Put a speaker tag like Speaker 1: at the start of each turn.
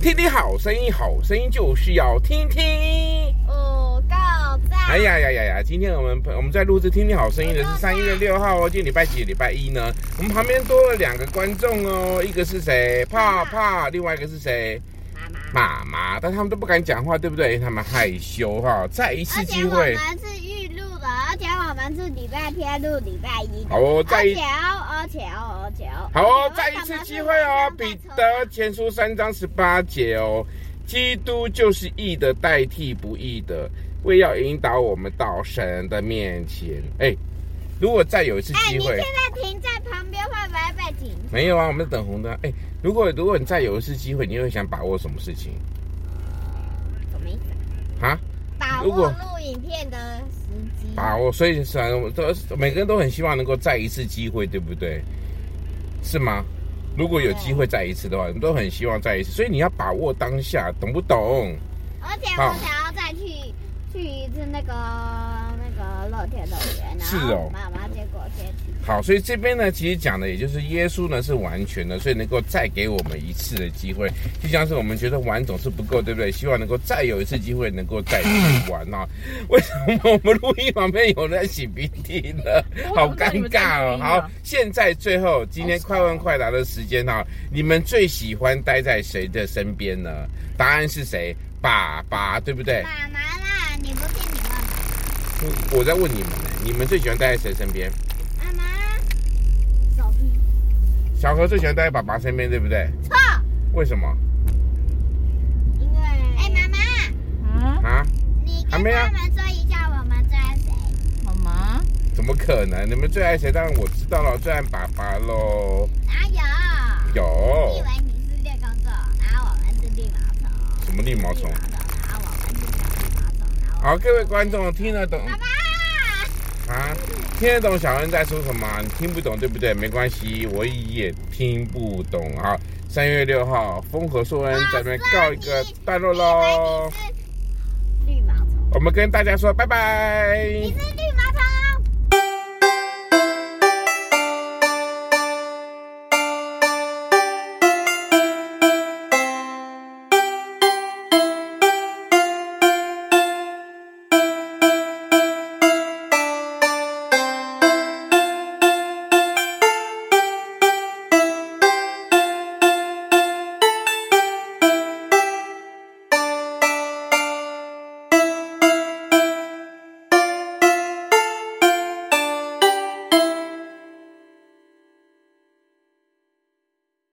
Speaker 1: 天天好声音，好声音就是要听听。
Speaker 2: 五告赞。
Speaker 1: 哎呀呀呀呀！今天我们我们在录制《听听好声音》的是三一的六号哦，今天礼拜几？礼拜一呢？我们旁边多了两个观众哦，一个是谁？泡泡，另外一个是谁？
Speaker 2: 妈
Speaker 1: 妈
Speaker 2: 妈，
Speaker 1: 妈，但他们都不敢讲话，对不对？他们害羞哈、再一次
Speaker 2: 而且
Speaker 1: 机
Speaker 2: 我
Speaker 1: 会，
Speaker 2: 们是预录的，而且我们是礼拜天录礼拜一的。
Speaker 1: 好哦，
Speaker 2: 而
Speaker 1: 再一
Speaker 2: 且哦，而且哦，而且哦。
Speaker 1: 好哦，
Speaker 2: 而
Speaker 1: 再
Speaker 2: 且
Speaker 1: 一
Speaker 2: 为什
Speaker 1: 次
Speaker 2: 么
Speaker 1: 机
Speaker 2: 是
Speaker 1: 会哦
Speaker 2: 晚上，在
Speaker 1: 彼
Speaker 2: 车
Speaker 1: 得
Speaker 2: 上。
Speaker 1: 前书三章十八节哦，基督就是义的代替不义的，为要引导我们到神的面前。哎，如果再有一次
Speaker 2: 哎，
Speaker 1: 机
Speaker 2: 你
Speaker 1: 会
Speaker 2: 现，在停在旁边会不会被停？
Speaker 1: 没有啊，我们等红灯啊。哎，如果如果你再有一次机会，你会想把握什么事情
Speaker 2: 什么意思？
Speaker 1: 啊？
Speaker 2: 把
Speaker 1: 如
Speaker 2: 握
Speaker 1: 果
Speaker 2: 录影片的时机。
Speaker 1: 把握，所以虽然我都每个人都很希望能够再一次机会，对不对？是吗？如果有机会再一次的话，你都很希望再一次，所以你要把握当下，懂不懂？
Speaker 2: 而且
Speaker 1: 好
Speaker 2: 我想要再去去一次那个那个乐天乐园，然
Speaker 1: 是
Speaker 2: 后
Speaker 1: 哦
Speaker 2: 妈妈结果先去。
Speaker 1: 好，所以这边呢，其实讲的也就是耶稣呢是完全的，所以能够再给我们一次的机会，就像是我们觉得玩总是不够，对不对？希望能够再有一次机会，能够再去玩 啊。为什么我们录音旁边有人在擤鼻涕呢？好 尴尬哦。好，现在最后今天快问快答的时间哈、你们最喜欢待在谁的身边呢？答案是谁？爸爸，对不对？
Speaker 2: 妈妈啦，你不是你问
Speaker 1: 我在问你们呢，你们最喜欢待在谁身边？
Speaker 2: 妈妈？手机
Speaker 1: 小何最喜欢待在爸爸身边，对不对？
Speaker 2: 错，
Speaker 1: 为什么
Speaker 2: 因为哎妈妈，
Speaker 3: 嗯，
Speaker 1: 啊？
Speaker 2: 你
Speaker 1: 还
Speaker 2: 跟
Speaker 1: 没啊
Speaker 2: 他们说一下我们最爱谁？
Speaker 3: 妈妈，
Speaker 1: 怎么可能？你们最爱谁？当然我知道了，最爱爸爸喽。
Speaker 2: 哪有？
Speaker 1: 有
Speaker 2: 哎你以为你是绿公主，然后我们是绿毛虫，
Speaker 1: 什么绿毛
Speaker 2: 绿
Speaker 1: 虫
Speaker 2: 毛？虫，然后我们是小绿毛虫，然后我们
Speaker 1: 好，各位观众听得懂
Speaker 2: 爸爸。
Speaker 1: 啊？听得懂小恩在说什么啊？你听不懂对不对？没关系，我也听不懂啊。三月六号，风和硕恩咱们告一个段落
Speaker 2: 你以为
Speaker 1: 喽
Speaker 2: 你。是绿毛虫？
Speaker 1: 我们跟大家说拜拜。
Speaker 2: 你是绿